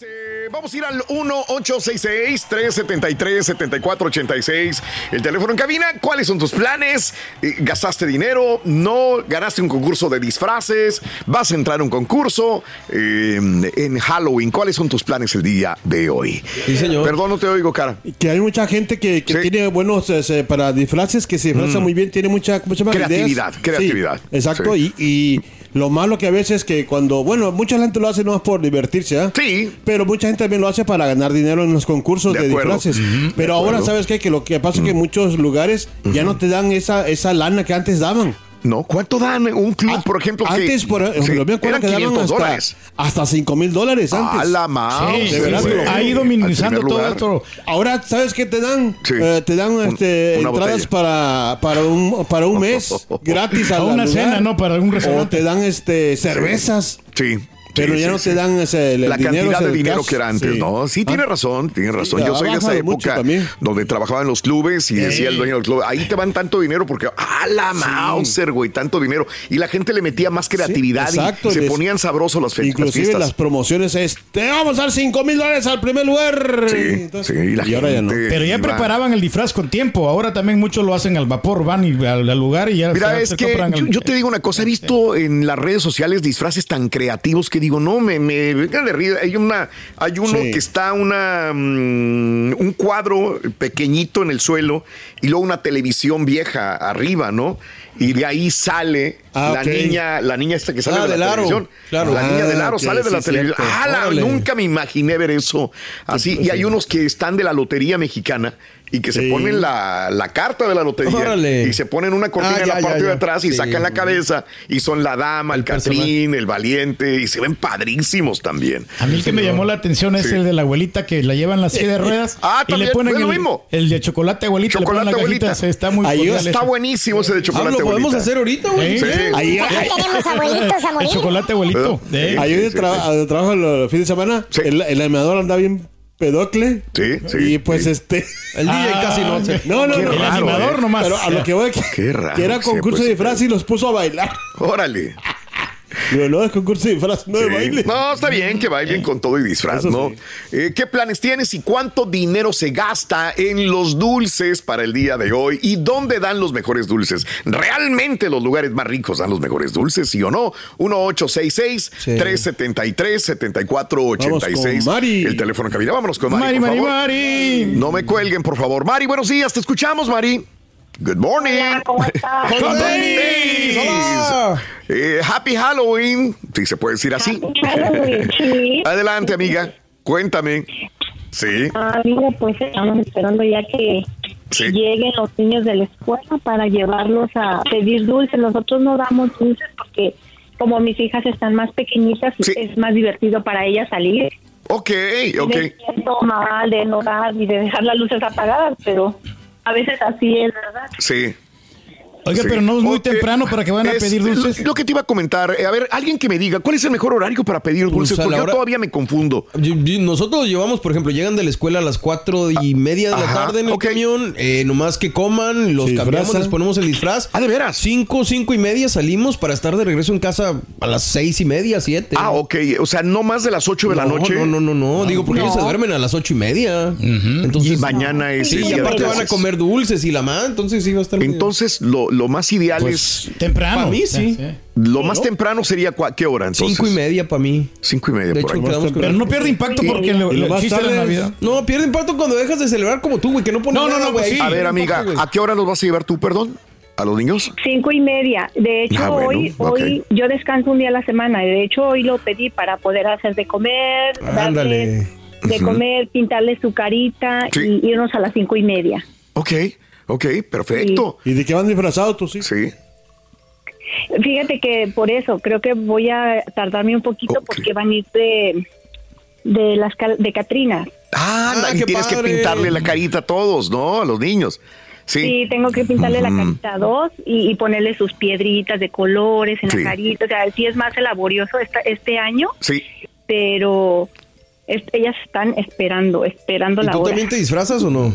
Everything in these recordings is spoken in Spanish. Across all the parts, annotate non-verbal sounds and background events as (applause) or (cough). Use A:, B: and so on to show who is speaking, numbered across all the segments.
A: Eh, Vamos a ir al 1-866-373-7486. El teléfono en cabina. ¿Cuáles son tus planes? Eh, ¿Gastaste dinero? ¿No? ¿Ganaste un concurso de disfraces? ¿Vas a entrar a un concurso eh, en Halloween? ¿Cuáles son tus planes el día de hoy?
B: Sí, señor.
A: Perdón, no te oigo, cara.
B: Que hay mucha gente que, que
A: Sí.
B: tiene buenos eh, se- para disfraces, que se disfraza muy bien, tiene mucha, ¿cómo se llama?
A: Creatividad,
B: Sí,
A: creatividad.
B: exacto, y, y lo malo que a veces que cuando, bueno, mucha gente lo hace no es por divertirse, ¿ah?
A: Sí.
B: Pero mucha gente también lo hace para ganar dinero en los concursos
A: De
B: de,
A: acuerdo.
B: disfraces.
A: Ujú, de
B: Pero ahora,
A: acuerdo.
B: ¿sabes qué? Que lo que pasa es que muchos lugares ya no te dan esa, esa lana que antes daban.
A: No, ¿cuánto dan un club,
B: Ah,
A: por ejemplo? que-
B: antes, por ejemplo,
A: Sí,
B: yo me acuerdo
A: eran
B: que daban
A: 500
B: hasta,
A: dólares.
B: hasta 5 mil dólares antes.
A: A la madre.
B: Sí, de verdad,
A: güey.
B: ha
A: Al
B: ido
A: primer
C: todo
A: lugar.
C: esto.
B: Ahora, ¿sabes qué te dan?
A: Sí.
B: Eh, te dan
A: Un-
B: este,
A: una
B: entradas
A: botella.
B: para, para, un, para un mes gratis a,
C: A
B: la
C: una
B: lugar.
C: cena, ¿no? Para un
B: O
C: restaurante.
B: te dan este, cervezas.
A: Sí. sí,
B: Pero ya
A: sí,
B: no
A: sí.
B: te dan ese, el
A: la
B: dinero,
A: cantidad
B: ese
A: de dinero
B: cash.
A: que era antes,
B: Sí.
A: ¿no? Sí, tiene razón, tiene razón.
B: ha
A: Yo soy de esa
B: bajado mucho
A: época
B: también.
A: donde trabajaba en los clubes y decía el dueño del club, ahí te van tanto dinero porque, a la Mauser, güey, tanto dinero. Y la gente le metía más creatividad y-
B: exacto,
A: y se
B: les-
A: ponían sabrosos las, fe- las
B: Inclusive
A: fiestas.
B: las promociones es, te vamos a dar 5 mil dólares al primer lugar.
A: Sí,
B: Entonces-
A: sí, y la
B: ahora ya no.
A: gente
C: Pero ya
A: iba.
C: preparaban el disfraz con tiempo. Ahora también muchos lo hacen al vapor. Van y al, al lugar y ya
A: Mira,
C: se-
A: es
C: se
A: que
C: compran
A: yo,
C: el-
A: yo te digo una cosa, he visto en las redes sociales disfraces tan creativos que digo, no, me, me vengan de risa. Hay una, hay uno
B: Sí.
A: que está una mm, un cuadro pequeñito en el suelo y luego una televisión vieja arriba, ¿no? Y de ahí sale
B: Ah,
A: la
B: ok.
A: niña, la niña esta que sale
B: Ah,
A: de la
B: del aro,
A: televisión.
B: claro.
A: La niña
B: Ah,
A: del aro
B: ok,
A: sale de
B: sí,
A: la
B: es
A: televisión.
B: cierto.
A: ¡Ala!
B: Órale. Pues
A: Nunca me imaginé ver eso así. Y hay unos que están de la lotería mexicana y que se
B: Sí.
A: ponen la, la carta de la lotería
B: Órale.
A: y se ponen una cortina
B: Ah,
A: en
B: ya,
A: la
B: ya,
A: parte de
B: ya.
A: atrás y
B: Sí.
A: sacan la cabeza y son la dama, el, Catrín, el valiente y se ven padrísimos también.
C: A mí el que me llamó la atención es
A: Sí.
C: el de la abuelita que la llevan las silla
A: (laughs)
C: de ruedas.
A: Ah,
C: Y
A: también,
C: le ponen
A: es lo
C: el,
A: mismo.
C: el de chocolate abuelita. le ponen
A: Chocolate
C: la cajita,
A: abuelita.
C: se- Está muy
B: Ahí
C: cordial
A: Está
C: eso.
A: buenísimo ese de chocolate. abuelita.
B: ahorita,
C: güey.
A: Sí.
B: Ahí,
D: Ya
B: ahí-
D: tenemos abuelitos a
C: El
B: (laughs)
D: morir.
C: chocolate abuelito.
A: Sí.
C: Eh.
B: ahí
A: sí,
B: donde
A: sí,
B: traba-
A: sí.
B: donde trabajo los los fines de semana,
A: Sí.
B: el, el animador anda bien pedocle.
A: Sí, sí,
B: Y pues
A: sí.
B: este.
E: El DJ casi no hace.
B: No, no,
A: Qué
B: no.
C: El
A: raro,
C: animador
A: eh.
C: nomás.
B: Pero a lo que voy que,
A: Qué raro
B: que era
A: que sea,
B: concurso
A: pues.
B: de disfraz y los puso a bailar. (laughs)
A: Órale.
B: Digo, no, es concurso de disfraz, no de
A: Sí.
B: baile.
A: No, está bien que bailen con todo y disfraz,
B: Eso
A: ¿no?
B: sí.
A: Eh, ¿Qué planes tienes y cuánto dinero se gasta en los dulces para el día de hoy? ¿Y dónde dan los mejores dulces? ¿Realmente los lugares más ricos dan los mejores dulces, sí o no? 1-866-373-7486.
B: Vamos con Mari.
A: El teléfono en cabina. Vámonos con Mari,
C: Mari,
A: por
C: Mari,
A: favor.
C: Mari.
A: No me cuelguen, por favor. Mari, buenos días. Te escuchamos, Mari. Good morning.
D: Hola, ¿cómo estás?
A: Con
C: tenis.
A: tenis.
E: Hola.
A: Eh, happy Halloween. Sí, se puede decir así. (laughs)
D: Sí.
A: Adelante, amiga. Cuéntame. Sí.
D: Ah, mira, pues estamos esperando ya que
A: Sí.
D: lleguen los niños de la escuela para llevarlos a pedir dulces. Nosotros no damos dulces porque como mis hijas están más pequeñitas,
A: Sí.
D: es más divertido para ellas salir.
A: Ok, ok.
D: Me siento mal de no dar y de dejar las luces apagadas, pero a veces así es, ¿verdad?
A: Sí.
C: Oiga,
A: Sí.
C: pero no es muy
A: O-
C: temprano
A: eh,
C: para que vayan a
A: es
C: pedir dulces.
A: Lo, lo que te iba a comentar, eh, a ver, alguien que me diga, ¿cuál es el mejor horario para pedir dulces?
E: a la
A: Porque yo
E: hora-
A: todavía me confundo.
E: Y- y Nosotros llevamos, por ejemplo, llegan de la escuela a las cuatro y media de la
A: Ajá,
E: tarde en el
A: ok.
E: camión, eh, nomás que coman, los
B: Se
E: cambiamos,
B: disfrazan.
E: les ponemos el disfraz.
A: Ah, ¿de veras?
E: Cinco, cinco y media salimos para estar de regreso en casa a las seis y media, siete.
A: Ah, ok. O sea, no más de las 8 de la
E: No,
A: noche.
E: No, no, no, no. Digo, porque ellos se
D: No.
E: duermen a las ocho y media.
A: Y
E: Entonces,
A: mañana es
E: sí,
A: el
E: y
A: día de
E: aparte van a
A: clases.
E: comer dulces y la madre, entonces sí va a estar. medio-
A: Entonces, lo, lo más ideal es.
C: Pues, Temprano.
E: Para mí, sí.
A: Lo más temprano sería cua- qué hora entonces.
E: cinco y media para mí.
A: Cinco y media
E: De
A: por
E: hecho,
A: ahí.
E: quedamos con-
C: Pero no pierde impacto porque lo,
B: Y lo
C: lo
B: más
C: existe
B: tarde
C: la
B: es-
C: Navidad.
E: No, pierde impacto cuando dejas de celebrar como tú, güey, que no pones
C: No, no,
E: nada,
C: no,
E: güey.
C: pues sí.
A: A ver, amiga, ¿a qué hora los vas a llevar tú, perdón? ¿A los niños?
D: Cinco y media. De hecho,
A: Ah, bueno,
D: hoy,
A: ok.
D: hoy yo descanso un día a la semana. y De hecho, hoy lo pedí para poder hacer de comer,
E: Ándale.
D: darles de comer, pintarles su carita
A: Sí.
D: y irnos a las cinco y media.
A: Ok, ok, perfecto.
B: ¿Y de qué van disfrazados tus hijos?
A: Sí.
D: Fíjate que por eso creo que voy a tardarme un poquito
A: Ok.
D: porque van a ir de, de las cal- de Catrina.
A: Ah,
E: Ah,
A: y
E: qué
A: tienes que
E: padre.
A: pintarle la carita a todos, ¿no? A los niños. Sí.
D: Sí, tengo que pintarle la carita a dos y, y ponerle sus piedritas de colores en
A: Sí.
D: la carita. O sea, sí es más laborioso esta- este año,
A: Sí.
D: pero es- ellas están esperando, esperando
E: ¿Y
D: la
E: tú
D: hora.
E: también te disfrazas o no?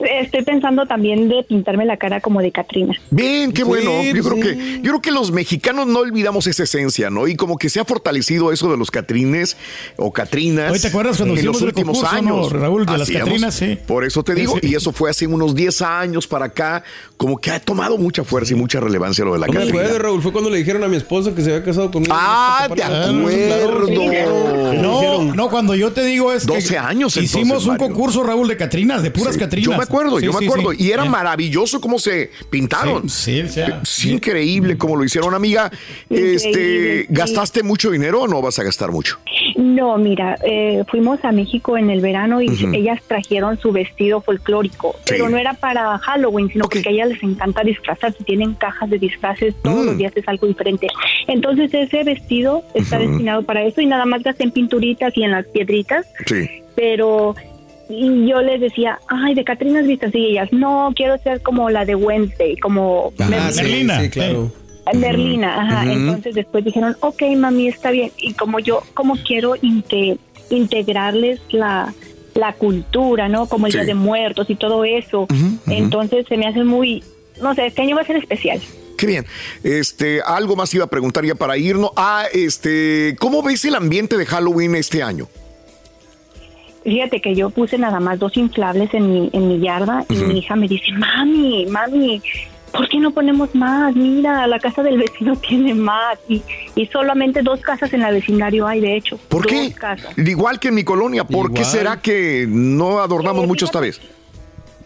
D: Estoy pensando también de pintarme la cara como de Catrina.
A: Bien, qué
E: Sí,
A: bueno. Yo
E: pues
A: creo
E: sí.
A: que yo creo que los mexicanos no olvidamos esa esencia, ¿no? Y como que se ha fortalecido eso de los catrines o catrinas.
C: Oye, ¿te acuerdas cuando
A: en
C: hicimos
A: los
C: el
A: últimos
C: concurso,
A: años,
C: no, Raúl, de las
A: Hacíamos.
C: catrinas? Sí.
A: Por eso te
C: Sí,
A: digo
C: sí.
A: y eso fue hace unos 10 años para acá, como que ha tomado mucha fuerza y mucha relevancia lo de la
E: No me acuerdo,
A: catrina.
E: Raúl. Fue cuando le dijeron a mi esposa que se había casado conmigo.
A: Ah, te acuerdo.
C: No, no, cuando yo te digo es que
A: 12 años, entonces,
C: hicimos un
A: Mario.
C: concurso, Raúl, de Catrinas, de puras
A: Sí.
C: Catrinas.
A: Yo me acuerdo,
C: Sí,
A: yo me
C: sí,
A: acuerdo.
C: sí.
A: Y era
C: Eh,
A: maravilloso cómo se pintaron. Eh,
C: Sí, sí, o sea,
A: Es increíble cómo lo hicieron, amiga.
D: Increíble,
A: Este,
D: sí.
A: ¿gastaste mucho dinero o no vas a gastar mucho?
D: No, mira, eh, fuimos a México en el verano y ellas trajeron su vestido folclórico, pero no era para Halloween, sino
A: Ok.
D: porque a ellas les encanta disfrazarse, tienen cajas de disfraces, todos
A: Mm.
D: los días es algo diferente. Entonces ese vestido está destinado para eso y nada más gasté en pinturitas y en las piedritas,
A: Sí.
D: pero y yo les decía, ay, de Catrina has visto así, y ellas, no, quiero ser como la de Wednesday, como
E: Ah,
D: Mer-
E: sí,
C: Merlina.
E: Sí, claro.
D: Merlina, ajá. Entonces después dijeron, ok, mami, está bien. Y como yo, como quiero inte- integrarles la, la cultura, ¿no? Como el
A: Sí.
D: Día de Muertos y todo eso. Entonces se me hace muy, no sé, este año va a ser especial.
A: Qué bien. Este, algo más iba a preguntar ya para irnos. Ah, este, ¿cómo ves el ambiente de Halloween este año?
D: Fíjate que yo puse nada más dos inflables en mi, en mi yarda y mi hija me dice, mami, mami, ¿por qué no ponemos más? Mira, la casa del vecino (laughs) tiene más. Y, y solamente dos casas en la vecindario hay, de hecho.
A: ¿Por
D: dos
A: qué?
D: Casas.
A: Igual que en mi colonia, ¿por qué
E: Igual.
A: será que no adornamos mucho esta vez?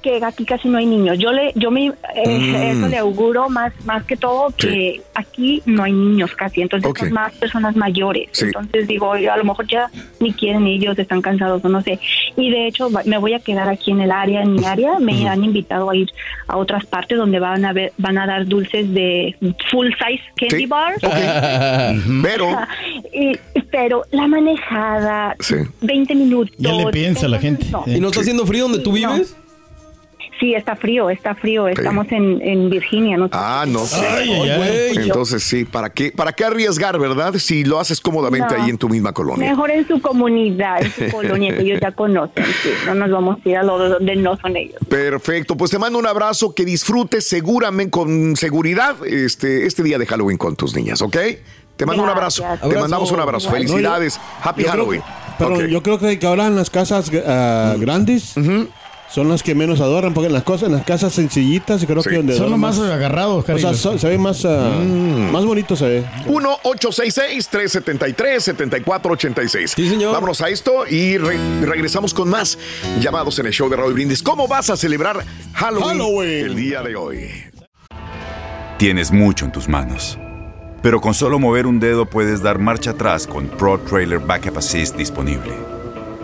D: que aquí casi no hay niños. Yo le, yo me,
A: Mm.
D: eh, eso le auguro más, más que todo que aquí no hay niños casi, entonces
A: Ok.
D: son más personas mayores.
A: Sí.
D: Entonces digo, yo a lo mejor ya ni quieren ellos, están cansados o no sé. Y de hecho va- me voy a quedar aquí en el área, en mi área, me han invitado a ir a otras partes donde van a ver, van a dar dulces de full size candy
A: Sí.
D: bar.
C: (laughs)
A: Pero,
D: Y- pero la manejada,
A: Sí.
D: 20 minutos.
C: Ya le piensa la gente.
D: No.
E: ¿Y no está haciendo frío donde tú
D: No.
E: vives?
D: Sí, está frío, está frío. Estamos en, en Virginia, ¿no?
A: ah, no sé.
C: Ay, ay, ay.
E: Güey.
A: Entonces sí, ¿para qué, para qué arriesgar, verdad? Si lo haces cómodamente
D: No.
A: ahí en tu misma colonia.
D: Mejor en su comunidad,
A: (laughs)
D: en su colonia, que ellos ya conocen. sí. no nos vamos a ir a lo donde no son ellos.
A: Perfecto, pues te mando un abrazo, que disfrutes seguramente con seguridad este, este día de Halloween con tus niñas, ¿ok? Te mando un abrazo.
D: Gracias.
A: Te
E: Abrazo.
A: mandamos un abrazo.
D: Igual.
A: Felicidades. Happy
B: Yo creo
A: Halloween.
B: que- pero
A: Ok. Mm.
B: yo creo que, que ahora en las casas ah, grandes son las que menos adornan, porque en las cosas, en las casas sencillitas, creo
A: Sí.
B: que donde
C: Son los
B: adornan
C: más agarrados,
B: O sea,
C: cariño.
B: so- se ve más, ah,
A: Mm.
B: más bonito, se ve.
A: 1-866-373-7486.
E: Sí, señor.
A: Vámonos a esto y re- regresamos con más llamados en el show de Raúl Brindis. ¿Cómo vas a celebrar Halloween,
B: Halloween.
A: el día de hoy?
F: Tienes mucho en tus manos. Pero con solo mover un dedo puedes dar marcha atrás con Pro Trailer Backup Assist disponible.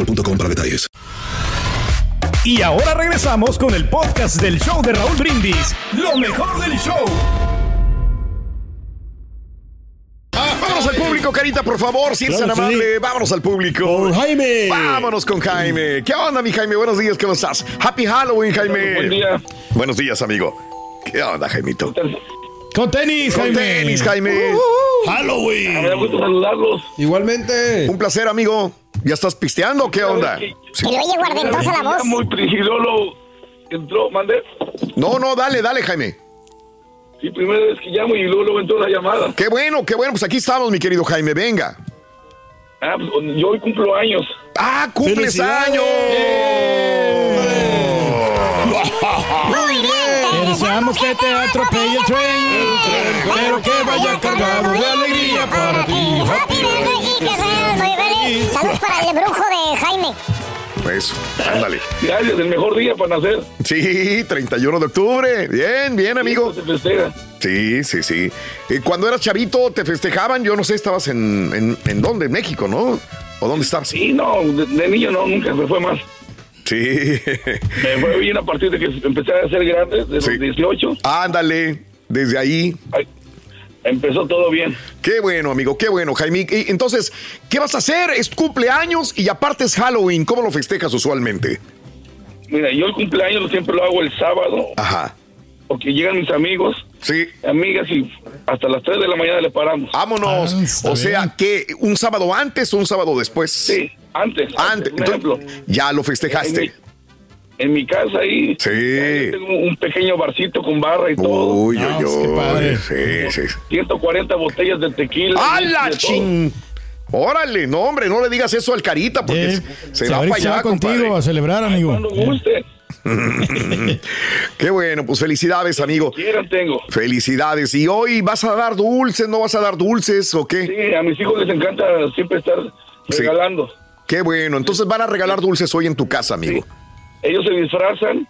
G: para detalles.
H: Y ahora regresamos con el podcast del show de Raúl Brindis. Lo mejor del show.
A: Vámonos al público, Carita, por favor, si es tan
B: Claro que
A: amable. Vámonos al público.
B: Con Jaime.
A: Vámonos con Jaime. ¿Qué onda, mi Jaime? Buenos días, ¿cómo estás? Happy Halloween, Jaime.
I: Buen día.
A: Buenos días, amigo. ¿Qué onda, Jaimito?
C: Con tenis,
A: Con
C: Jaime.
A: tenis, Jaime.
I: Me da Uh-huh. gusto saludarlos.
E: Igualmente.
A: Un placer, amigo. ¿Ya estás pisteando o qué onda? Sí.
J: Se le oye guardentosa la
I: Está
J: voz.
I: muy trigilolo. Entró, mandé.
A: No, no, dale, dale, Jaime.
I: Sí, primera vez que llamo y luego, luego entró la llamada.
A: Qué bueno, qué bueno. Pues aquí estamos, mi querido Jaime. Venga.
I: Ah, pues, yo hoy cumplo años.
A: ¡Ah, cumples
B: ¡Felicidades!
A: años!
J: Muy bien, te
C: Eh, Deseamos que te atropelle el tren, pero que vaya cargado de alegría para ti.
J: Happy birthday y que seas muy feliz. Saludos para el brujo de Jaime.
A: Eso, ándale.
I: Gracias, el mejor día para nacer.
A: Sí, 31 de octubre. Bien, bien, amigo.
I: pues, Se festeja.
A: Sí, sí, sí. Eh, cuando eras chavito, te festejaban. Yo no sé, estabas en, en, en dónde, en México, ¿no? ¿O dónde estabas?
I: Sí, no, de, de niño no, nunca se fue más.
C: (laughs)
A: Sí.
I: Me fue bien a partir de que empecé a ser grande, de los
A: Sí.
I: 18.
A: ándale, desde ahí.
I: Ay, empezó todo bien.
A: Qué bueno, amigo, qué bueno, Jaime. Y entonces, ¿qué vas a hacer? Es tu cumpleaños y aparte es Halloween. ¿Cómo lo festejas usualmente?
I: Mira, yo el cumpleaños siempre lo hago el sábado,
A: Ajá.
I: porque llegan mis amigos,
A: Sí.
I: amigas, y hasta las 3 de la mañana le paramos.
A: Vámonos.
C: Ah, está
A: o sea,
C: bien.
A: que un sábado antes o un sábado después.
I: Sí, antes.
A: Antes.
I: antes, por ejemplo.
A: Entonces, ya lo
I: En
A: festejaste.
I: mi, en mi casa ahí.
A: Sí.
I: ahí Tengo un pequeño barcito con barra y todo.
A: Uy,
C: No,
A: uy,
C: pues, qué
A: uy.
C: padre.
A: Sí, sí.
I: 140 botellas de tequila.
A: ¡A
I: de- de
A: la
I: todo.
A: chin! Órale, no, hombre, no le digas eso al carita porque
C: Eh,
A: se, va
C: ahorita
A: para allá,
C: contigo
A: compadre.
C: a celebrar, amigo.
I: Cuando guste,
A: (laughs) Qué bueno, pues felicidades, amigo.
I: quieran tengo.
A: Felicidades. ¿Y hoy vas a dar dulces? ¿No vas a dar dulces o qué?
I: Sí, a mis hijos les encanta siempre estar
A: Sí.
I: regalando.
A: Qué bueno. Entonces van a regalar dulces hoy en tu casa, amigo. Mm,
I: Ellos se disfrazan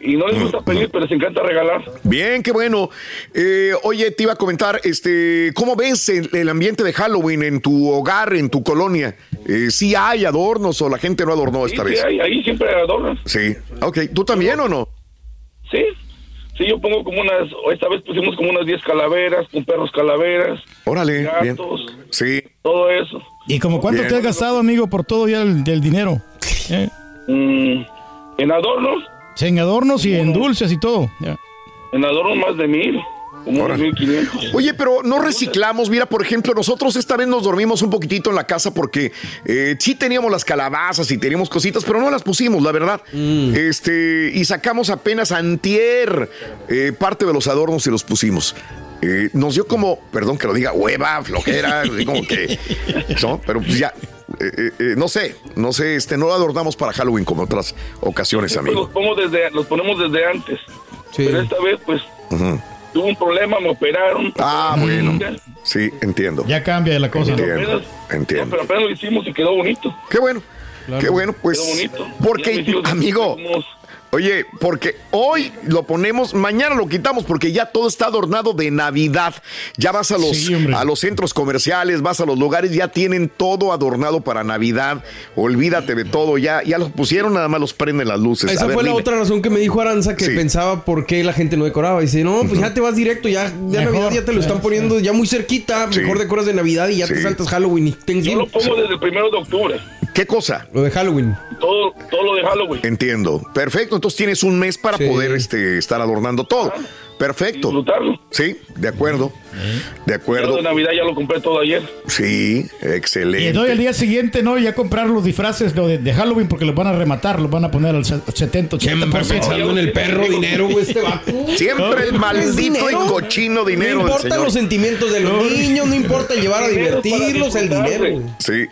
I: y no les gusta pedir, pero les encanta regalar.
A: Bien, qué bueno. Eh, oye, te iba a comentar, este, ¿cómo ves el, el ambiente de Halloween en tu hogar, en tu colonia? Eh, ¿Sí hay adornos o la gente no adornó
I: Sí,
A: esta
I: sí,
A: vez?
I: ahí, ahí siempre adornan.
A: Sí. Ok, ¿tú también o no?
I: Sí. Sí, yo pongo como unas, esta vez pusimos como unas 10 calaveras, con perros calaveras,
A: Órale, bien.
I: gatos,
A: Sí.
I: todo eso.
C: ¿Y como cuánto
A: Bien.
C: te has gastado, amigo, por todo ya el, del dinero? Eh,
I: Mm, en adornos,
C: En adornos y en dulces y todo. Ya.
I: en adornos más de mil, como unos
A: Órale.
I: 1500.
A: Oye, pero no reciclamos. Mira, por ejemplo, nosotros esta vez nos dormimos un poquitito en la casa porque eh, sí teníamos las calabazas y teníamos cositas, pero no las pusimos, la verdad. Este, y sacamos apenas antier eh, parte de los adornos y los pusimos. Eh, nos dio como, perdón que lo diga, hueva, flojera, así como que, ¿no? Pero pues ya, eh, eh, eh, no sé, no sé, este, no lo adornamos para Halloween como otras ocasiones,
I: Pues los,
A: amigo.
I: pongo desde, los ponemos desde antes.
E: Sí.
I: Pero esta vez, pues, tuve un problema, me operaron.
A: Ah, bueno, sí, entiendo.
C: Ya cambia la cosa. ¿no?
A: Entiendo.
I: Apenas-
A: entiendo.
I: no, pero apenas lo hicimos y quedó bonito.
A: Qué bueno. Qué bueno, pues.
I: Quedó bonito. Ya
A: Porque,
I: mis hijos
A: amigo,
I: hicimos-
A: oye, porque hoy lo ponemos, mañana lo quitamos, porque ya todo está adornado de Navidad. Ya vas a los,
C: Sí, hombre.
A: a los centros comerciales, vas a los lugares, ya tienen todo adornado para Navidad. Olvídate de todo, ya, ya los pusieron, nada más los prenden las luces.
E: Esa
A: A ver,
E: fue la
A: dime.
E: otra razón que me dijo Aranza que
A: Sí.
E: pensaba por qué la gente no decoraba. Dice, no, pues ya te vas directo, ya, ya
C: Mejor.
E: Navidad ya te lo están poniendo ya muy cerquita,
A: Sí.
E: mejor decoras de Navidad y ya
A: Sí.
E: te saltas Halloween y
I: Yo lo
E: Thanksgiving.
I: pongo desde el primero de octubre.
A: ¿Qué cosa?
E: Lo de Halloween.
I: Todo, todo lo de Halloween.
A: Entiendo. Perfecto, entonces tienes un mes para
E: Sí.
A: poder este, estar adornando todo. Perfecto.
I: Disfrutarlo.
A: Sí, de acuerdo. De
I: Ya
A: acuerdo.
I: de Navidad ya lo compré todo ayer.
A: Sí,
C: Y doy el
A: excelente.
C: día siguiente, ¿no? Ya comprar los disfraces lo de, de Halloween porque los van a rematar, los van a poner al se- 70, 80%.
E: Pensando en el perro dinero, güey, este vato.
A: Siempre el maldito y
E: dinero.
A: cochino dinero
E: No
A: del
E: importan
A: señor.
E: los sentimientos de los niños, no importa llevar a
I: Dinero para
E: divertirlos, el
I: disfrutarse.
E: dinero. güey.
A: Sí.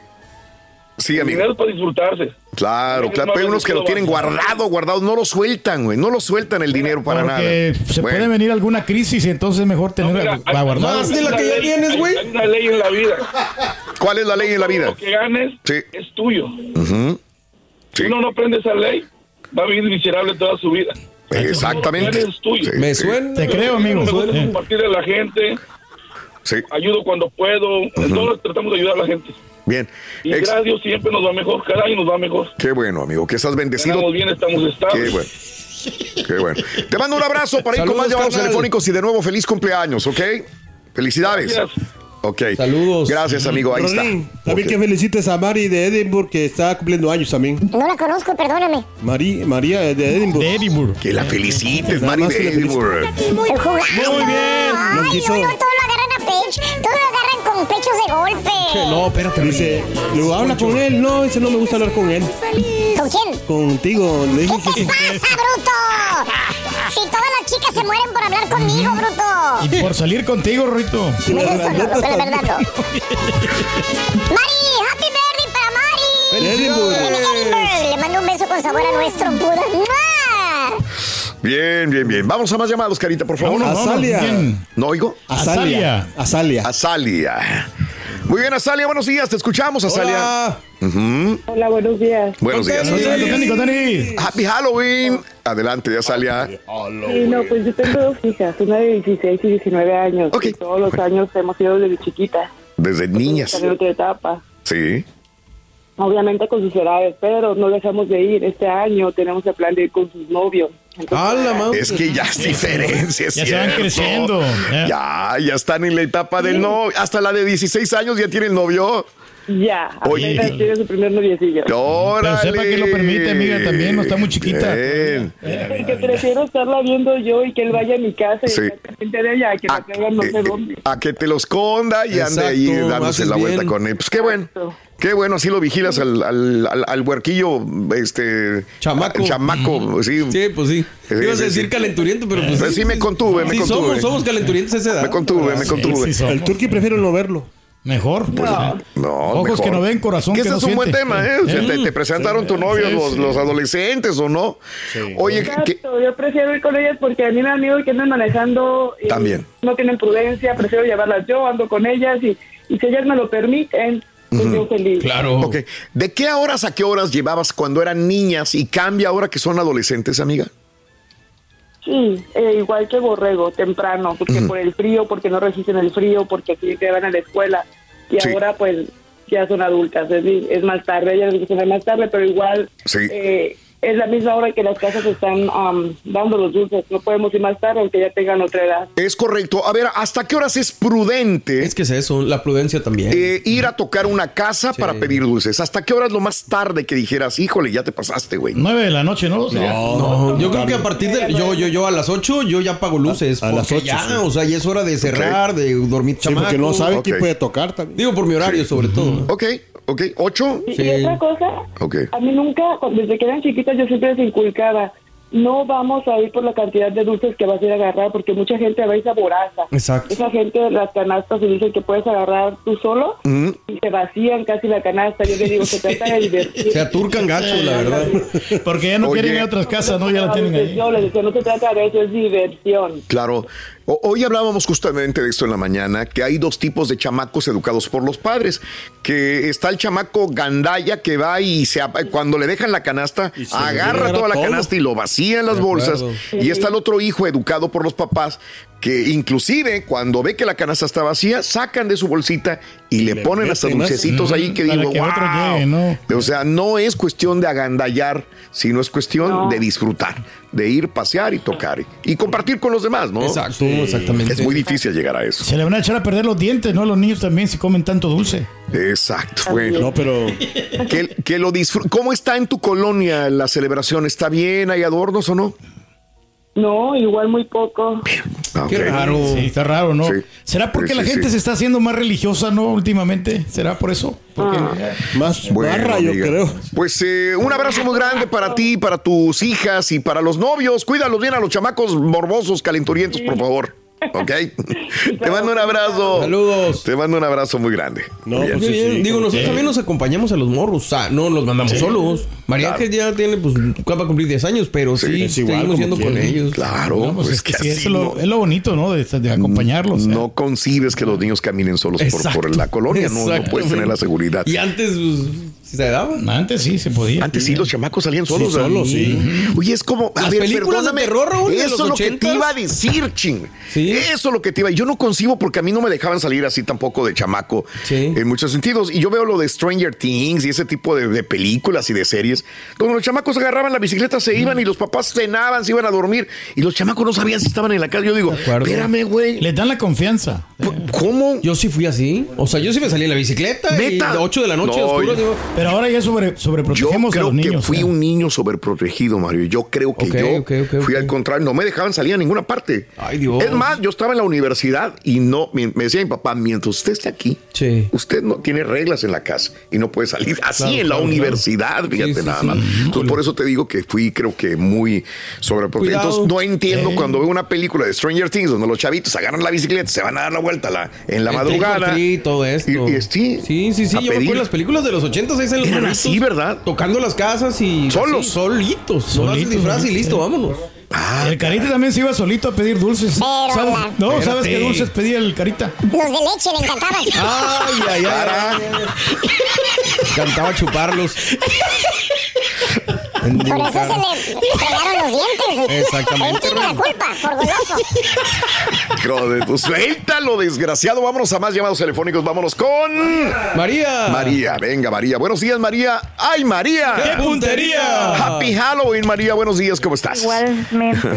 A: Sí,
I: eh. El
A: amigo.
I: dinero es para disfrutarse.
A: Claro,
I: Es
A: claro.
I: más
A: Pero hay unos que lo tienen
I: beneficioso.
A: guardado, guardado. No lo sueltan, güey. No lo sueltan el dinero para nada.
C: Porque se
A: Bueno.
C: puede venir alguna crisis y entonces mejor tener a guardar.
A: más Ah, de la
I: Hay una
A: que ya
I: ley-
A: tienes,
I: hay-
A: güey.
I: Hay una ley en la vida.
A: ¿Cuál es la ley en la vida?
I: Lo que ganes
A: Sí.
I: es tuyo.
A: Ujú.
I: Si uno no aprende esa ley, va a vivir miserable toda su vida.
A: Exactamente.
I: Lo que ganes es tuyo.
A: Sí, Me sí. suena.
C: Te creo, amigo.
I: Me gusta
C: Sí.
I: compartir a la gente.
A: Sí.
I: Ayudo cuando puedo. Todos tratamos de ayudar a la gente.
A: Bien.
I: Y
A: Ex-
I: gracias a Dios siempre nos va mejor. Cada año nos va mejor.
A: Qué bueno, amigo. Que estás bendecido.
I: Estamos bien, estamos
A: Qué
I: estables.
A: bueno. Qué bueno. Te mando un abrazo para ir con
E: Saludos,
A: más llamados
E: carnal.
A: telefónicos y de nuevo feliz cumpleaños, ¿ok? Felicidades.
I: Gracias.
A: Ok. Saludos. Gracias, amigo. Ahí está.
B: Rorín, También que felicites a Mari de Edinburgh que está cumpliendo años también.
J: No la conozco, perdóname.
B: Mari, María de Edinburgh.
C: De Edinburgh.
A: Que la felicites,
B: Nada
A: Mari
B: más que
A: de
B: la felicite.
A: Edinburgh.
J: Muy bien.
B: Lo
J: Ay,
B: quiso.
J: no, no, todos lo agarran a pecho. Todos lo agarran con pechos de golpe.
E: No, espérate.
B: Dice, ¿lo habla con él? No, dice, no me gusta hablar con él.
J: ¿Con quién?
B: Contigo, le dije que
J: ¿Qué
B: sí.
J: pasa, bruto? Si todas las chicas se mueren por hablar conmigo, bruto.
C: Y por salir contigo, Rito.
J: (laughs) Me gusta,
B: Las
J: loco, la
B: grandotas
J: verdad, no. Mari, happy birthday para Mari. Edinburgh. Le mando un beso con sabor a nuestro Buda. ¡Mua!
A: Bien, bien, bien. Vamos a más llamados, Carita, por favor.
C: Vámonos, vámonos.
B: Azalia.
C: Bien.
A: ¿No oigo?
B: Azalia. Azalia.
A: Azalia. Muy bien, Azalia. Buenos días. Te escuchamos, Azalia.
E: Hola.
K: Hola, buenos días.
A: Buenos días.
E: Contento.
A: Azalia.
C: Saludos, Técnico Dani.
A: Happy Halloween. Adelante, ya salía.
K: Sí, no, pues yo tengo dos hijas, una de 16 y 19 años.
A: Ok.
K: y todos los años hemos ido desde chiquitas.
A: Desde niñas.
K: En otra etapa.
A: Sí.
K: Obviamente con sus edades, pero no dejamos de ir. Este año tenemos el plan de ir con sus novios. Entonces,
C: Ah,
E: A la madre.
A: Es que ya es diferencia, es
C: Ya se van
A: cierto.
C: creciendo. Ya.
A: Ya, ya están en la etapa del no. Hasta la de 16 años ya tiene el novio.
K: ya,
A: Oye.
K: apenas tiene su primer noviecillo.
A: Órale. Eh.
C: Pero sepa que lo permite, amiga, también, no está muy chiquita.
A: Bien.
K: Es que prefiero estarla viendo yo y que él vaya a mi casa y
A: Sí.
K: estar pendiente de ella, que
A: A,
K: la traigan no
A: eh,
K: sé dónde.
A: a que te lo esconda y ande ahí
E: Exacto,
A: dándose
E: haces
A: la vuelta
E: bien.
A: con él. Pues qué bueno.
K: Exacto.
A: Qué bueno, así lo vigilas al, al, al, al huerquillo, este...
E: Chamaco.
A: al chamaco, sí.
E: Sí, pues sí.
A: Sí,
E: Ibas
A: sí,
E: a decir
A: sí.
E: calenturiento, pero pues.
A: Pero sí me contuve, me
E: Sí,
A: contuve.
E: Somos, somos calenturientos a esa edad.
A: Me contuve, me contuve.
C: Sí, sí,
B: El
C: somos.
B: turqui prefiero no verlo.
C: Mejor. pues,
A: Pues, No,
C: Ojos
A: mejor.
C: que no ven, corazón que
A: ese
C: no
A: es un buen
C: siente.
A: tema, ¿eh? O sea, te, te presentaron tu novio,
C: Sí,
A: los,
C: sí.
A: los adolescentes, ¿o no? Oye, que-
K: Exacto, yo prefiero ir con ellas porque a mí me dan miedo que anden manejando. y
A: También.
K: No tienen prudencia, prefiero llevarlas yo, ando con ellas y, y si ellas me lo permiten, pues yo feliz.
C: Claro.
A: ok. ¿de qué horas a qué horas llevabas cuando eran niñas y cambia ahora que son adolescentes, amiga?
K: Sí, eh, igual que borrego, temprano, porque por el frío, porque no resisten el frío, porque tienen que van a la escuela. Y
A: Sí.
K: ahora, pues, ya son adultas, es, decir, es más tarde, a ellas les gusta cenar más tarde, pero igual
A: Sí.
K: eh, es la misma hora que las casas están am, dando los dulces. No podemos ir más tarde, aunque ya tengan otra edad.
A: Es correcto. A ver, ¿hasta qué horas es prudente
E: Es que es eso, la prudencia también.
A: eh, ir a tocar una casa para pedir dulces? ¿Hasta qué horas lo más tarde que dijeras, híjole, ya te pasaste, güey?
C: Nueve de la noche, ¿no?
E: No, yo creo que a partir de yo yo yo a las 8 yo ya pago luces,
B: A- a las
E: porque
B: ocho,
E: ya,
B: sí.
E: o sea, ya es hora de cerrar, de dormir
B: Sí, porque no
E: chamacos.
B: sabe
A: Ok.
B: quién puede tocar también.
E: Digo por mi horario sobre todo.
A: Ok, ok, ocho.
K: Y,
E: Sí.
K: y otra cosa,
A: Ok.
K: a mí nunca, cu- desde que eran chiquitas, yo siempre les inculcaba, no vamos a ir por la cantidad de dulces que vas a ir a agarrar, porque mucha gente va a ir saborosa.
E: Exacto.
K: Esa gente, las canastas, se dicen que puedes agarrar tú solo, y se vacían casi la canasta. Yo les digo, se trata
C: (laughs)
K: de divertir.
E: Se aturcan gacho, la verdad. (laughs)
C: Porque ya no
A: Oye.
C: quieren ir a otras casas, ¿no? Ya la tienen ahí.
K: Yo les decía, no se trata de eso, es diversión.
A: Claro. O- hoy hablábamos justamente de esto en la mañana, que hay dos tipos de chamacos educados por los padres, que está el chamaco gandaya que va y se, ap- cuando le dejan la canasta, agarra
B: agarra
A: toda la
B: todo.
A: canasta y lo vacía en las bolsas. Y está el otro hijo educado por los papás, que inclusive cuando ve que la canasta está vacía, sacan de su bolsita y le, ponen hasta
B: meten más.
A: dulcecitos ahí que
C: Para
A: digo,
C: que otro
A: "Guau".
C: llegue, ¿no?
A: O sea, no es cuestión de agandallar, sino es cuestión
K: No.
A: de disfrutar, de ir, pasear y tocar y- y compartir con los demás, ¿no?
E: Exacto, exactamente.
A: Es muy difícil llegar a eso.
C: Se le van a echar a perder los dientes, ¿no? A los niños también si comen tanto dulce.
A: Exacto. Bueno,
B: No, pero
A: que, que lo disfrute. ¿Cómo está en tu colonia la celebración? ¿Está bien? ¿Hay adornos o no?
K: No, igual muy poco.
A: Ah,
E: Qué
A: ok.
E: raro.
C: Sí, está raro, ¿no?
A: Sí.
C: ¿Será porque
A: Sí,
C: la
A: sí,
C: gente
A: sí.
C: se está haciendo más religiosa, ¿no? Últimamente. ¿Será por eso? Porque
H: Ah.
B: más
A: Bueno,
B: barra, yo
A: amiga.
B: creo.
A: Pues eh, un abrazo muy grande para ti, para tus hijas y para los novios. Cuídalos bien a los chamacos morbosos, calenturientos, por favor. ¿Ok? Te mando un abrazo. Saludos. Te mando un abrazo muy grande.
E: No, pues sí, sí. Digo, nosotros también nos acompañamos a los morros. O sea, no los mandamos
A: Sí.
E: solos. María Ángel ya tiene, pues, acaba de cumplir 10 años, pero sí, seguimos yendo con ellos.
A: Claro,
E: No, pues,
A: es,
E: es
A: que,
E: que
A: así
E: sí,
H: es lo,
A: no-
H: es lo bonito, ¿no? De, de acompañarlos.
E: ¿eh?
A: No concibes que los niños caminen solos por,
H: Exacto.
A: por la colonia, no, no puedes
H: Exactamente.
A: tener la seguridad.
H: Y
E: antes pues, se daba?
H: Antes sí se podía.
A: Antes sí, los chamacos salían solos.
H: Sí, solos, sí.
A: Ujú. Oye, es como.
E: Las películas de
A: perdóname,
E: terror, Raúl, de
A: Eso
E: los
A: es lo que te
E: 80s.
A: iba a decir, ching. Eso es lo que te iba. Yo no concibo porque a mí no me dejaban salir así tampoco de chamaco en muchos sentidos. Y yo veo lo de Stranger Things y ese tipo de, de películas y de series donde los chamacos agarraban la bicicleta, se iban y los papás cenaban, se iban a dormir y los chamacos no sabían si estaban en la calle. Yo digo, espérame, güey.
H: Les dan la confianza.
A: ¿Cómo?
E: Yo sí fui así. O sea, yo sí me salí en la bicicleta. Y
H: ¿Neta?
E: a 8 de la noche,
A: No,
E: oscuro,
A: yo-
E: digo,
H: Pero ahora ya sobre,
A: Yo
H: sobreprotegemos a
A: creo
H: los niños. ¿eh?
A: que fui un niño sobreprotegido, Mario. Yo creo que yo fui al contrario. No me dejaban salir a ninguna parte. Es más, yo estaba en la universidad y no me, me decía mi papá, mientras usted está aquí, usted no tiene reglas en la casa y no puede salir así
E: Claro,
A: en la
E: claro,
A: universidad,
E: claro.
A: fíjate
E: Sí, sí,
A: nada
E: sí.
A: más. Entonces, por eso te digo que fui, creo que muy sobreprotegido.
E: Cuidado.
A: Entonces, no entiendo
E: Eh.
A: cuando veo una película de Stranger Things donde los chavitos agarran la bicicleta, se van a dar la vuelta a la- en la
E: el trick
A: madrugada.
E: or treat, todo esto.
A: Y- y sí,
E: sí, sí, sí.
A: a
E: Yo me
A: pedir.
E: acuerdo las películas de los 80 ahí en los
A: Eran
E: pueblitos,
A: así, ¿verdad?
E: Tocando las casas y.
A: Solos.
E: así, solitos. Solo
H: Solitos,
E: hacen disfraz y
H: sí.
E: listo, vámonos.
A: Ah,
H: el carita también se iba solito a pedir dulces. ¿Sabes?
J: la-
H: No,
E: Espérate.
H: ¿sabes qué dulces pedía el carita?
J: Los de leche le encantaban.
E: Ay, ay, ay. Cantaba chuparlos.
A: (laughs)
J: Por eso se le fregaron los dientes.
E: Exactamente,
J: Él tiene la culpa, por goloso.
A: Hijo de tu- Suéltalo, desgraciado. Vámonos a más llamados telefónicos. Vámonos con.
E: María.
A: María, venga, María. Buenos días, María. ¡Ay, María!
C: ¡Qué puntería!
A: ¡Happy Halloween, María! Buenos días, ¿cómo estás? (laughs)
L: Igualmente,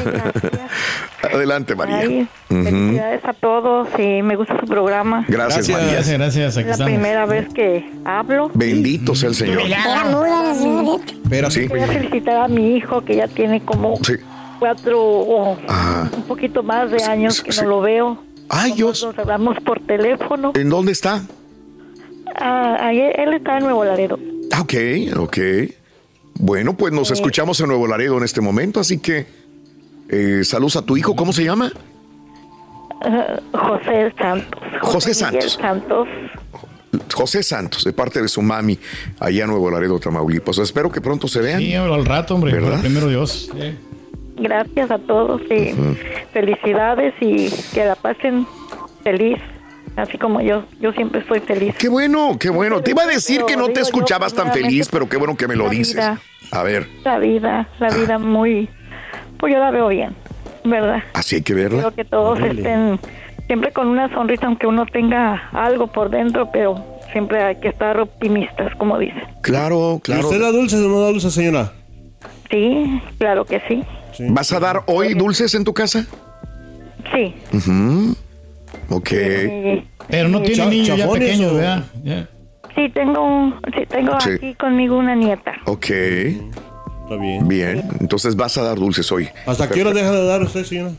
A: Adelante, María.
L: Ay,
A: Ujú.
L: Felicidades a todos y me gusta su programa.
A: Gracias, María.
H: Gracias, gracias.
L: Es
H: Aquí
L: la
H: estamos.
L: primera vez que hablo.
A: Bendito sea el Señor.
J: Era muda la señorita.
A: Sí.
L: Quería felicitar a mi hijo que ya tiene como
A: Sí.
L: cuatro o
A: Ah,
L: un poquito más de años que
A: sí.
L: no lo veo.
A: Ay, Dios.
L: Nos hablamos por teléfono.
A: ¿En dónde está?
L: Ah, ahí- él está en Nuevo Laredo.
A: Ah, Ok, ok. Bueno, pues
L: Eh.
A: nos escuchamos en Nuevo Laredo en este momento, así que eh, saludos a tu hijo. ¿Cómo se llama?
L: Ah, José Santos.
A: José
L: Miguel
A: Santos.
L: Santos.
A: José Santos, de parte de su mami, allá en Nuevo Laredo, Tamaulipas. Espero que pronto se vean.
H: Sí, pero al rato, hombre.
A: ¿Verdad?
H: pero Primero Dios.
L: Gracias a todos y felicidades y que la pasen feliz, así como yo. Yo siempre estoy feliz.
A: Qué bueno, qué bueno. Te iba a decir que no
L: Digo
A: te
L: yo,
A: escuchabas tan
L: primeramente,
A: feliz, pero qué bueno que me lo
L: la
A: dices.
L: vida.
A: A ver,
L: La vida,
A: Ah.
L: la vida muy... Pues yo la veo bien, ¿verdad?
A: así hay que verla.
L: Creo que todos
A: Órale.
L: estén siempre con una sonrisa, aunque uno tenga algo por dentro, pero siempre hay que estar optimistas, como dicen.
A: Claro,
B: ¿Y
A: claro.
B: ¿Usted da dulces o no da dulces, señora?
L: Sí, claro que sí.
A: ¿Vas a dar hoy dulces en tu casa?
L: Sí. Eh,
A: Ujú. Ok.
L: Y-
H: Pero no
L: Sí.
H: tiene
L: Cha-
H: niño ya
L: chafones
H: pequeño,
L: o-
H: ¿verdad?
L: Sí, tengo, un- sí, tengo
A: Sí.
L: aquí conmigo una nieta.
A: Ok. Está bien. Bien, entonces vas a dar dulces hoy.
B: ¿Hasta qué hora deja de dar usted, señora?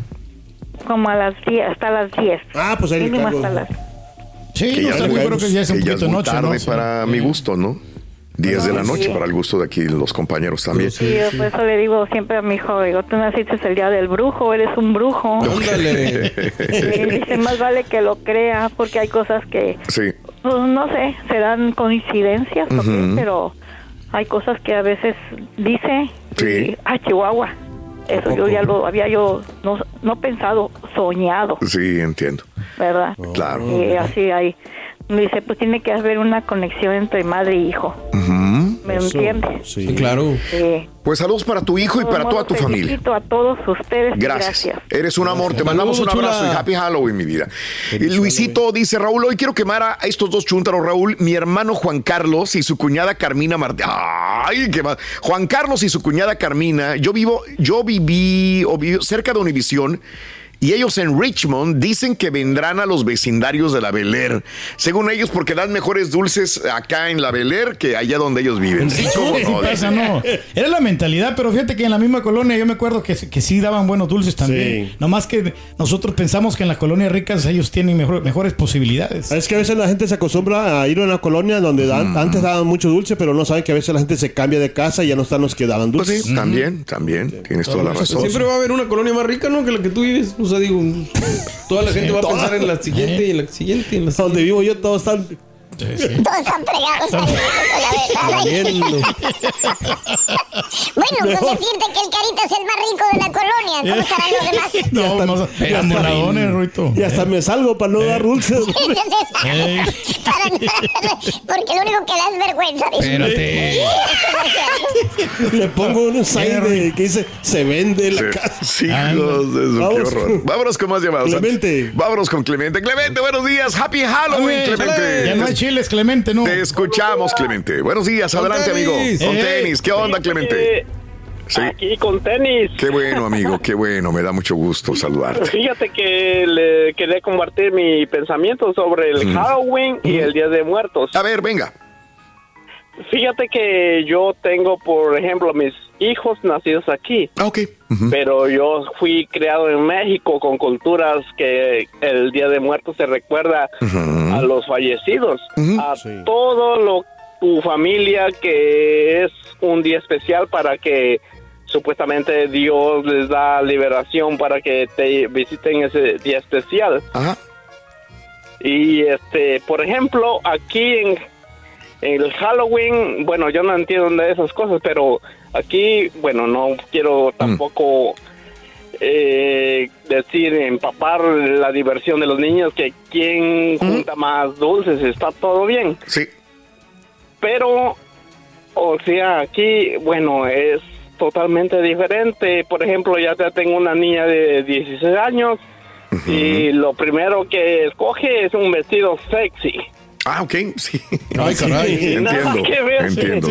L: Como a las 10, hasta las 10.
B: Ah, pues ahí le
L: Mínimo
B: cargo.
L: hasta las
A: Que
H: Sí, no
A: ya es
H: sé, yo
A: muy-
H: creo que ya es un
A: que ya es
H: poquito
A: muy
H: noche,
A: tarde
H: ¿no? Sí.
A: para mi gusto, ¿no? 10 de la
L: Sí.
A: noche para el gusto de aquí los compañeros también.
L: Sí, yo por eso le digo siempre a mi hijo, digo, tú naciste el día del brujo, eres un brujo. Y dice, más vale que lo crea, porque hay cosas que,
A: (laughs) sí.
L: pues, no sé, serán coincidencias, ¿ok?
A: Ujú.
L: pero hay cosas que a veces dice,
A: Sí.
L: ah, Chihuahua, eso yo ya lo había yo no, no pensado, soñado,
A: Sí, entiendo.
L: ¿verdad?
A: Oh. Claro.
L: Y así hay, dice, pues tiene que haber una conexión entre madre e hijo,
A: Ujú.
L: ¿me entiendes?
B: Sí,
E: claro.
L: Sí.
A: Pues saludos para tu hijo y
L: De
A: para
L: todos
A: toda tu
L: modos,
A: familia.
L: felicito a todos ustedes. y
A: Gracias.
L: gracias.
A: Eres un amor. Te mandamos un
E: Saludos,
A: abrazo
E: chula.
A: y happy Halloween, mi vida. Y Luisito dice, Raúl, hoy quiero quemar a estos dos chuntaros, Raúl, mi hermano Juan Carlos y su cuñada Carmina Martínez. Ay, qué mal. Juan Carlos y su cuñada Carmina. Yo vivo, yo viví o vivo cerca de Univisión. Y ellos en Richmond dicen que vendrán a los vecindarios de la Bel Air. Según ellos, porque dan mejores dulces acá en la Bel Air que allá donde ellos viven. Sí,
H: Sí,
A: cómo
H: sí
A: no,
H: pasa,
A: dice.
H: no. Era la mentalidad, pero fíjate que en la misma colonia yo me acuerdo que, que sí daban buenos dulces también. Nomás que nosotros pensamos que en las colonias ricas ellos tienen mejor- mejores posibilidades.
B: Es que a veces la gente se acostumbra a ir a una colonia donde dan, antes daban mucho dulce, pero no saben que a veces la gente se cambia de casa y ya no están los que daban
A: Pues
B: dulces.
A: sí, también, también. Tienes toda la razón.
E: Siempre va a haber una colonia más rica, ¿no? Que la que tú vives. O o sea, digo, toda la
C: Sí,
E: gente va a
C: toda.
E: pensar en la siguiente y en la siguiente. y en la
B: Donde vivo yo, todos están.
J: Todos están fregados ahí, con
M: (laughs)
J: la verdad.
B: Valiendo.
J: (laughs) Bueno, con
B: Mejor. Eh.
J: decirte que el Carita es el más rico de la colonia, ¿cómo estarán los
B: (laughs)
J: demás?
H: No, vamos a- los moradones, Ruito. Eh.
B: Y hasta me salgo para no
J: (laughs)
B: dar dulces. Eh.
J: Ey. (laughs) Para nada, porque lo único que le es vergüenza. dice. (laughs)
B: Espérate. (laughs) Le pongo un sign de- que dice: Se vende la casa.
A: Sí, hijos de su, qué horror. Vámonos con más llamadas. Clemente. Vámonos con Clemente. Clemente, buenos días. Happy Halloween, Clemente.
H: Ya no hay chiles, Clemente, no.
A: Te escuchamos, Clemente. Buenos días,
H: Con
A: adelante,
H: tenis.
A: amigo. Con
H: Eh.
A: tenis, ¿qué onda, Clemente? Sí.
M: Aquí con tenis.
A: Qué bueno, amigo, qué bueno. Me da mucho gusto saludarte.
M: Fíjate que le quería compartir mi pensamiento sobre el
A: Mm.
M: Halloween y el Día de Muertos.
A: A ver, venga.
M: Fíjate que yo tengo, por ejemplo, mis hijos nacidos aquí.
A: Ah,
M: Pero yo fui creado en México con culturas que el Día de Muertos se recuerda a los fallecidos, a todo lo tu familia que es un día especial para que supuestamente Dios les da liberación para que te visiten ese día especial. Y este, por ejemplo, aquí en el Halloween, bueno, yo no entiendo de esas cosas, pero aquí, bueno, no quiero
A: Mm.
M: tampoco eh, decir empapar la diversión de los niños que quien junta más dulces, está todo bien.
A: Mm. Sí.
M: Pero, o sea, aquí, bueno, es totalmente diferente. Por ejemplo, ya te- tengo una niña de 16 años y lo primero que escoge es un vestido sexy.
A: Ah, ok, sí.
M: Ay,
A: Sí, (laughs) Entiendo. Entiendo.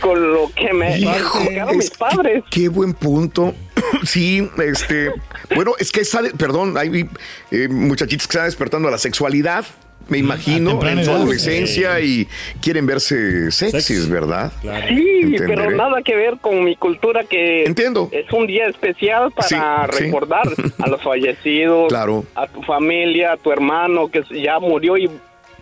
M: Con lo que me
A: Hijo,
M: educaron mis
A: es que-
M: padres.
A: Qué buen punto. (coughs) Sí, este. Bueno, es que sale. Perdón, hay eh, muchachitos que están despertando a la sexualidad, me imagino,
M: temprana
A: en su
M: edad,
A: adolescencia y quieren verse sexys, ¿verdad? ¿eh?
M: Sí,
A: Entenderé.
M: pero nada que ver con mi cultura que
A: Entiendo.
M: es un día especial para
A: sí.
M: recordar a los
A: (laughs)
M: fallecidos,
A: Claro.
M: a tu familia, a tu hermano que ya murió y,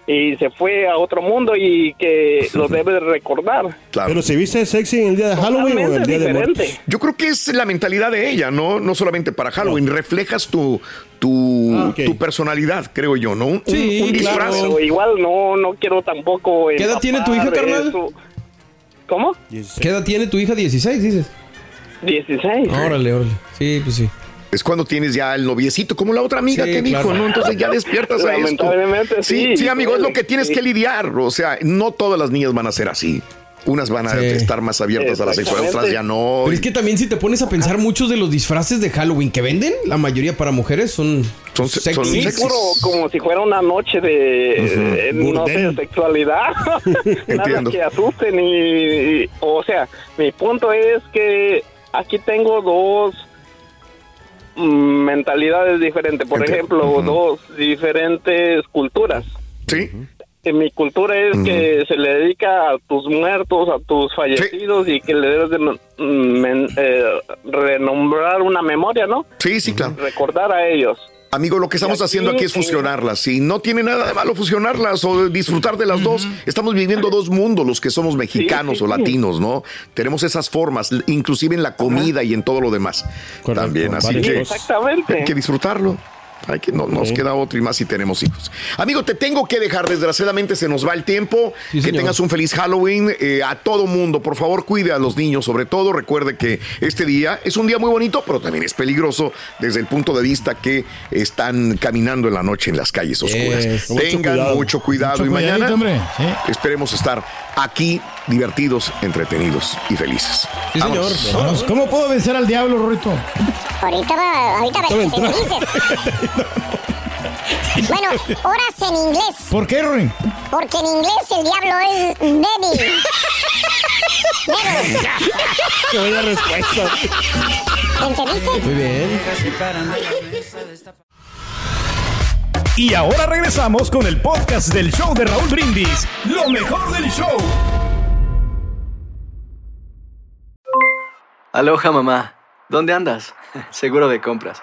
M: y se fue a otro mundo y que
A: (laughs)
M: lo debes recordar.
B: Pero se viste sexy en el día de Halloween o en el día de muertos.
A: Yo creo que es la mentalidad de ella, ¿no? No solamente para Halloween. Reflejas tu, tu,
M: Ah, ok.
A: tu personalidad, creo yo, ¿no? Un, un- un disfraz.
M: Pero igual no, no quiero tampoco.
A: ¿Qué edad tiene tu
M: empapar
A: hija, carnal?
M: eso. ¿Cómo?
E: ¿Qué edad tiene tu hija? 16, dices.
M: 16.
E: Órale, órale. Sí, pues sí.
A: Es cuando tienes ya el noviecito, como la otra amiga
E: Sí,
A: que dijo,
E: claro.
A: ¿no? Entonces ya despiertas a esto.
M: Lamentablemente, sí,
A: sí, amigo, es lo
M: duele,
A: que tienes
M: sí.
A: que lidiar. O sea, no todas las niñas van a ser así. Unas van a estar más abiertas a la sexualidad, otras ya no.
E: Pero es que también si te pones a pensar, muchos de los disfraces de Halloween que venden, la mayoría para mujeres son,
A: son
M: Sí, puro, como si fuera una noche de,
E: Ujú.
M: eh, no sé,
E: Burdel.
M: sexualidad. (laughs) Nada
E: Entiendo.
M: que asusten y, y- o sea, mi punto es que aquí tengo dos mm, mentalidades diferentes, por ejemplo, dos diferentes culturas.
A: Sí.
M: En mi cultura es que se le dedica a tus muertos, a tus fallecidos y que le debes de mm, men- eh, renombrar una memoria, ¿no?
A: Sí, sí, claro.
M: Recordar a ellos.
A: Amigo, lo que estamos
M: Y aquí,
A: haciendo aquí es
M: eh,
A: fusionarlas. Si no tiene nada de malo fusionarlas o disfrutar de las dos, estamos viviendo dos mundos, los que somos mexicanos o latinos, ¿no? Tenemos esas formas, l- inclusive en la comida y en todo lo demás. también, así
M: varios.
A: que
M: Exactamente.
A: hay que disfrutarlo. Hay que, no, Nos queda otro y más si tenemos hijos. Amigo, te tengo que dejar. Desgraciadamente se nos va el tiempo. que tengas un feliz Halloween. eh, a todo mundo, por favor, cuide a los niños, sobre todo. Recuerde que este día es un día muy bonito, pero también es peligroso desde el punto de vista que están caminando en la noche en las calles oscuras.
H: Es, mucho
A: Tengan
H: cuidado.
A: mucho cuidado
H: Mucho
A: y mañana
H: cuidadito, ¿eh? hombre,
A: esperemos estar aquí divertidos, entretenidos y felices. Vámonos.
H: Vámonos. ¿Cómo puedo vencer al diablo, Rorrito?
J: Ahorita va, ahorita va a
H: Ahorita va a
J: ser
C: (laughs)
J: felices. Bueno, horas en inglés,
H: ¿Por qué, Rorín?
J: porque en inglés el diablo es débil.
C: (laughs)
J: Débil.
C: Qué buena respuesta.
J: ¿Entendiste?
E: Muy bien.
C: Pues
N: Y ahora regresamos con el podcast del show de Raúl Brindis. Lo mejor del show.
O: Aloha mamá, ¿dónde andas? (laughs) Seguro de compras.